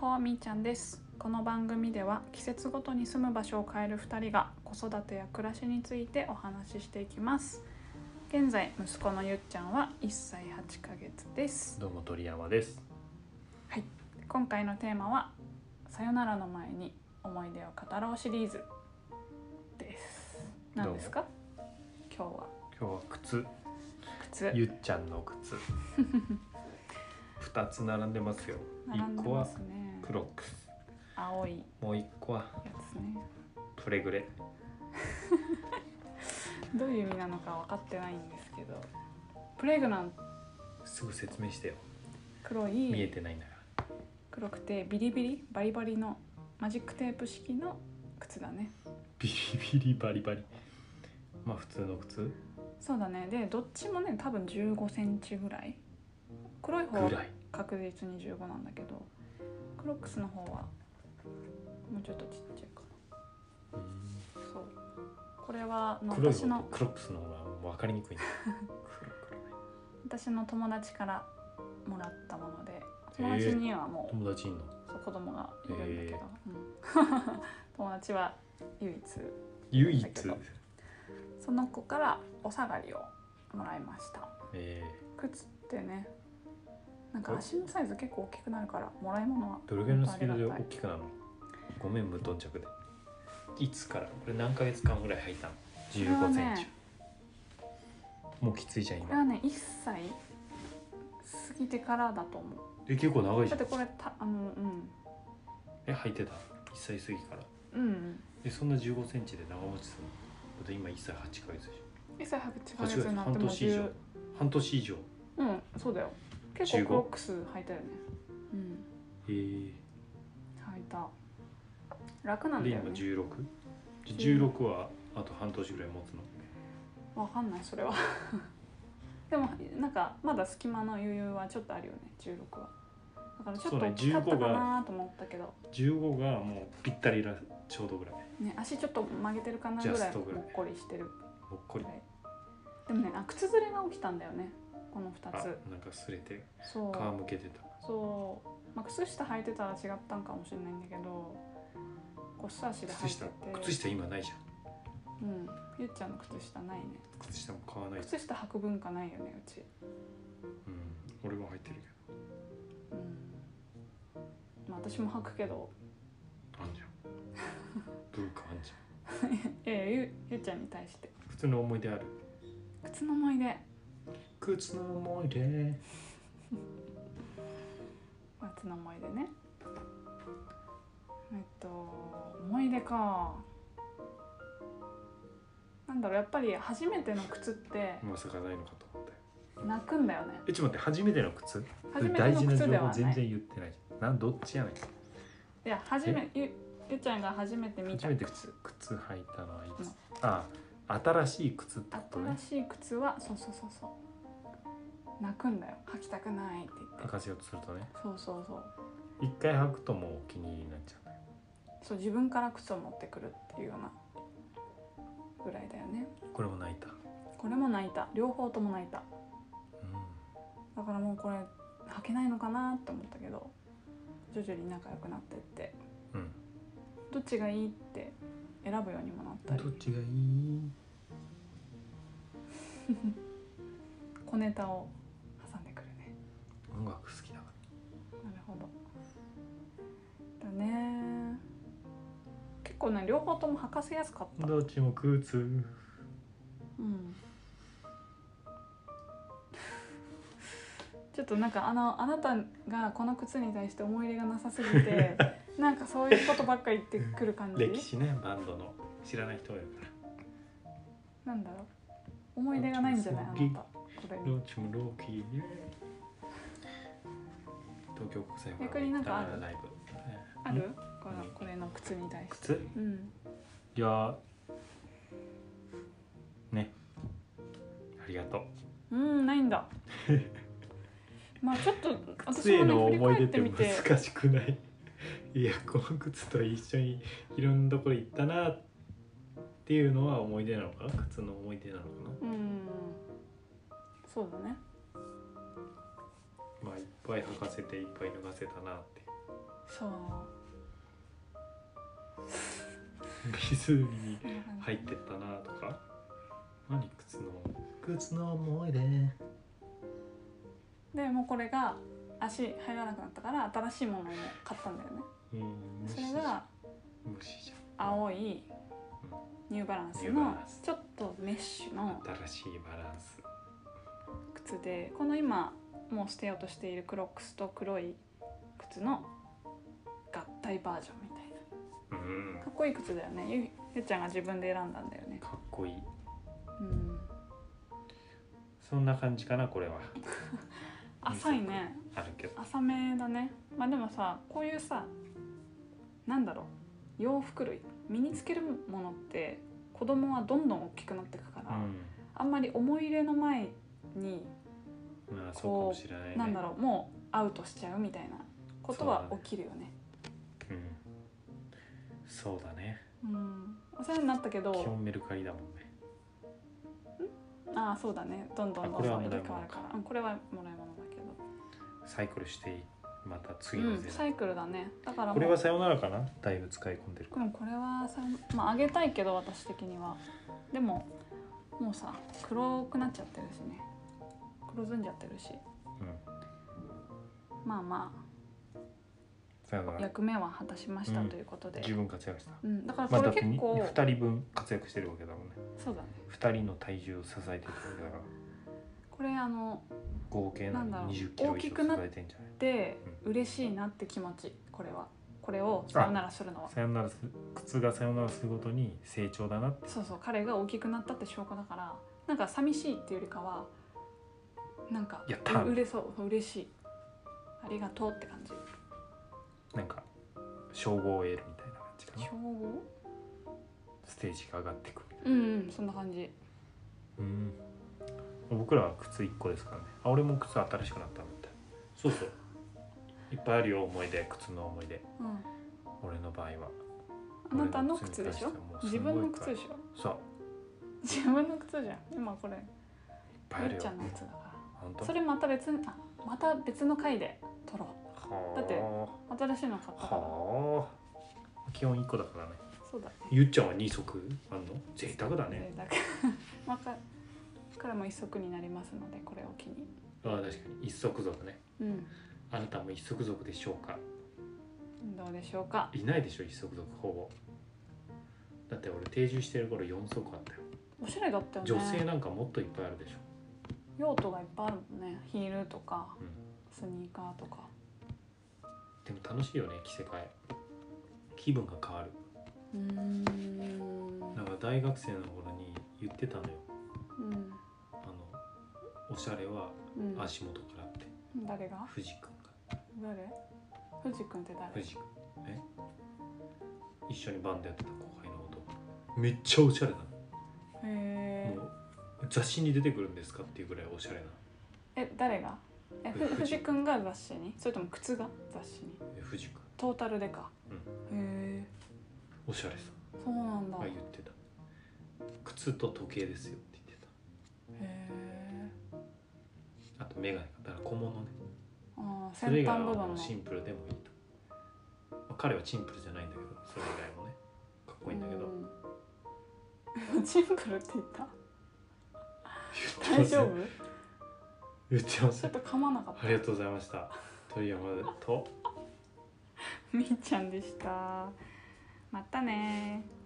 はみーちゃんですこの番組では季節ごとに住む場所を変える2人が子育てや暮らしについてお話ししていきます現在息子のゆっちゃんは1歳8ヶ月ですどうも鳥山です。今回のテーマはさよならの前に思い出を語ろうシリーズです何ですか今日は今日は靴、靴ゆっちゃんの靴。 二つ並んでますよ。並ん一で個まはすねクロックス、青いやもう一個はつねプレグレ。どういう意味なのか分かってないんですけどプレグナンすぐ説明してよ。黒見えいてないんだか黒くてビリビリバリバリのマジックテープ式の靴だねら。ビリビリバリバリ。まあ普通の靴そうだねでどっちもね多分1 5センチぐらい黒い方ぐはらい。確実に15なんだけどクロックスの方はもうちょっとちっちゃいかうんなそうこれはあの黒い私方のとクロックスの方が分かりに くいね。黒黒い私の友達からもらったものでへ友ー達にはもう友達いんの。そう子供がいるんだけど、へうん 友達は唯一唯一だ。けどその子からお下がりをもらいましたえ靴ってねなんか足のサイズ結構大きくなるからもらい物はー、どれぐらいのスピードで本当あ大りがたいきくなるの？ごめん無頓着で。いつから？これ何ヶ月間ぐらい履いたの？十こ五れセはンチね。もうきついじゃんこれは今。ね1歳過ぎてからだと思うえ結構長いじだゃっんて。これたあのうんえ履いてた？一歳過ぎから。うんえそんな十五センチで長持ちするの？だって今一歳八ヶ月でし1歳8ょ。ヶ月八ヶ月になって半もう年以上10。半年以上。うんそうだよ結構15クロックス履いたよねうんえー、履いた楽なんでだよ今ね十六。十六はあと半年ぐらい持つの。わかんないそれは でもなんかまだ隙間の余裕はちょっとあるよね16はだからちょっと大きかったそうねか15がなと思ったけど、十五がもうぴったりらちょうどぐらい。ね、足ちょっと曲げてるかなぐジらいャストぐらいもっこりしてるほっこり。でもねあ靴ずれが起きたんだよねこのあ2つなんか擦れてそう皮むけてた。そう、まあ、靴下履いてたら違ったんかもしれないんだけどこう素足で履靴いて下て靴下今ないじゃんうんゆっちゃんの靴下ないね靴下も買わない、うん、靴下履く文化ないよねうち俺も入ってるけうんまあ私も履くけどどあんじゃ ん文化あんじゃいやいやゆゆっちゃんに対してん靴の思い出ある靴の思い出靴の思い出夏の思い出ねえっと思い出かなんだろうやっぱり初めての靴ってまさかないのかと思ったよ泣くんだよねえちょっと待って初めての靴初めて大の事な靴情で報はな全い然言ってないじゃんなんどっちやねんいや初めゆゆっちゃんが初めて見初ためて靴靴履いたのはいつ、うんああ新しい靴ってことね新しい靴はそうそうそうそう泣くんだよ履きたくないって言履ってかせようとするとねそうそうそう一回履くともうお気に入りになっちゃうんだよそう自分から靴を持ってくるっていうようなぐらいだよねこれも泣いた、うん、これも泣いた両方とも泣いただからもうこれ履けないのかなって思ったけど徐々に仲良くなってってうんどっちがいいって選ぶようにもなったりどっちがいい小ネタを挟んでくるね音楽好きだかなるほどだね結構ね両方とも履かせやすかっらたどっちもう靴んちょっとなんかあのあなたがこの靴に対して思い入れがなさすぎ てなんかそういうことばっか言ってくる感じ歴史ねバンドの知らない人がいるかなんだろう思い出がないんじゃないあなたこれらにローチもローキー東京国際フォー逆になんかあるライブあるこれこれの靴に対して靴うんいやーねありがとううんないん だまあちょっと靴私もへねの振り思い返出っっててみて難しくない いやこの靴と一緒にいろんなところ行ったなっていうのは思い出なのかな靴の思い出なのかうんそうだね なまあいっぱい履かせていっぱい脱がせたなってそう湖になんか入ってったなとか何靴の靴の思い出でもうこれが足入らなくなったから新しいものを買ったんだよねうんそれが無視じゃん青いニューバランスニューバのランスちょっとメッシュの新しいバランス靴でこの今もう捨てようとしているクロックスと黒い靴の合体バージョンみたいなうんかっこいい靴だよねゆゆっちゃんが自分で選んだんだよねかっこいいうんそんな感じかなこれは浅いねあるけど浅めだねまあでもさこういうさなんだろう洋服類身につけるものって子供はどんどん大きくなっていくかうら、んあんまり思い入れの前にまあそうかもしれないねなんだろうもうアウトしちゃうみたいなことは起きるよねうんそうだねうんお世話になったけ基ど本メルカリだもんねああそうだねどんどんどんどあんこ入れれは替わるからうんこれはもらい物だけサイクルしてまた次ど、うのん、ゼロサイクルだねだからもうこれはさよならかなだいぶ使い込んでるでもこれはさまああげたいけど私的にはでももうさ黒くなっちゃってるしね黒ずんじゃってるしうんまあまさよなあら役目は果たしましたうんということで、十分活躍したうんだからまあこれだって結に構、 2人分活躍してるわけだもんねそうだね2人の体重を支えてるわけだからこれあの合計ななんだろのう20キロ大以き上くなっ支えてんじゃないで嬉しいなって気持ちこれはこれをさよならするのはさよならす靴がさよならするごとに成長だなってそうそう彼が大きくなったって証拠だからなんか寂しいっていうよりかはなんかやったーうれそう嬉しいありがとうって感じなんか称号を得るみたいな感じかな称号ステージが上がってくるうんうんそんな感じうん僕らは靴1個ですからねあ俺も靴新しくなったみたいそうそういっぱいあるよ思い出靴の思い出うん俺の場合はあなたの靴でしょ自分の靴でょしょそう自分の靴じゃん今これいっぱいあゆるっよちゃんの靴だか本当らそれまた別にあまた別の回で撮ろはあだってう新しいの買ったからはあ基本1個だからねそうだゆっちゃんは2足あんの贅沢だねねだから またからも一足になりますのでこれを機にああ確かに1足族ねうんあなたも1足族でしょうかどうでしょうかいないでしょ1足族ほぼだって俺定住してる頃4足あったよおしゃれだったよね女性なんかもっといっぱいあるでしょ用途がいっぱいあるもんねヒールとか、うんスニーカーとかでも楽しいよね着せ替え気分が変わるうーんなんか大学生の頃に言ってたのようんあのおしゃれはうん足元からって誰が藤君が誰藤君って誰藤君え一緒にバンドやってた後輩のことめっちゃおしゃれなへもう雑誌に出てくるんですかっていうぐらいおしゃれなええ誰がえふ藤君藤君が雑誌にそれとも靴が雑誌にえ藤君トータルでか、へえおしゃれさそうなんだがへ言ってた靴と時計ですよって言ってえたあと眼鏡だから小物ねあーそれ先以外端は部分ものうシンプルでもいいと、まあ彼はシンプルじゃないんだけどそれ以外もねかっこいいんだけどうん シンプルって言った言ってま大す丈夫よ 言ってまちすょっよと噛まなかっありがとうございました鳥山とたみーちゃんでしたまたねー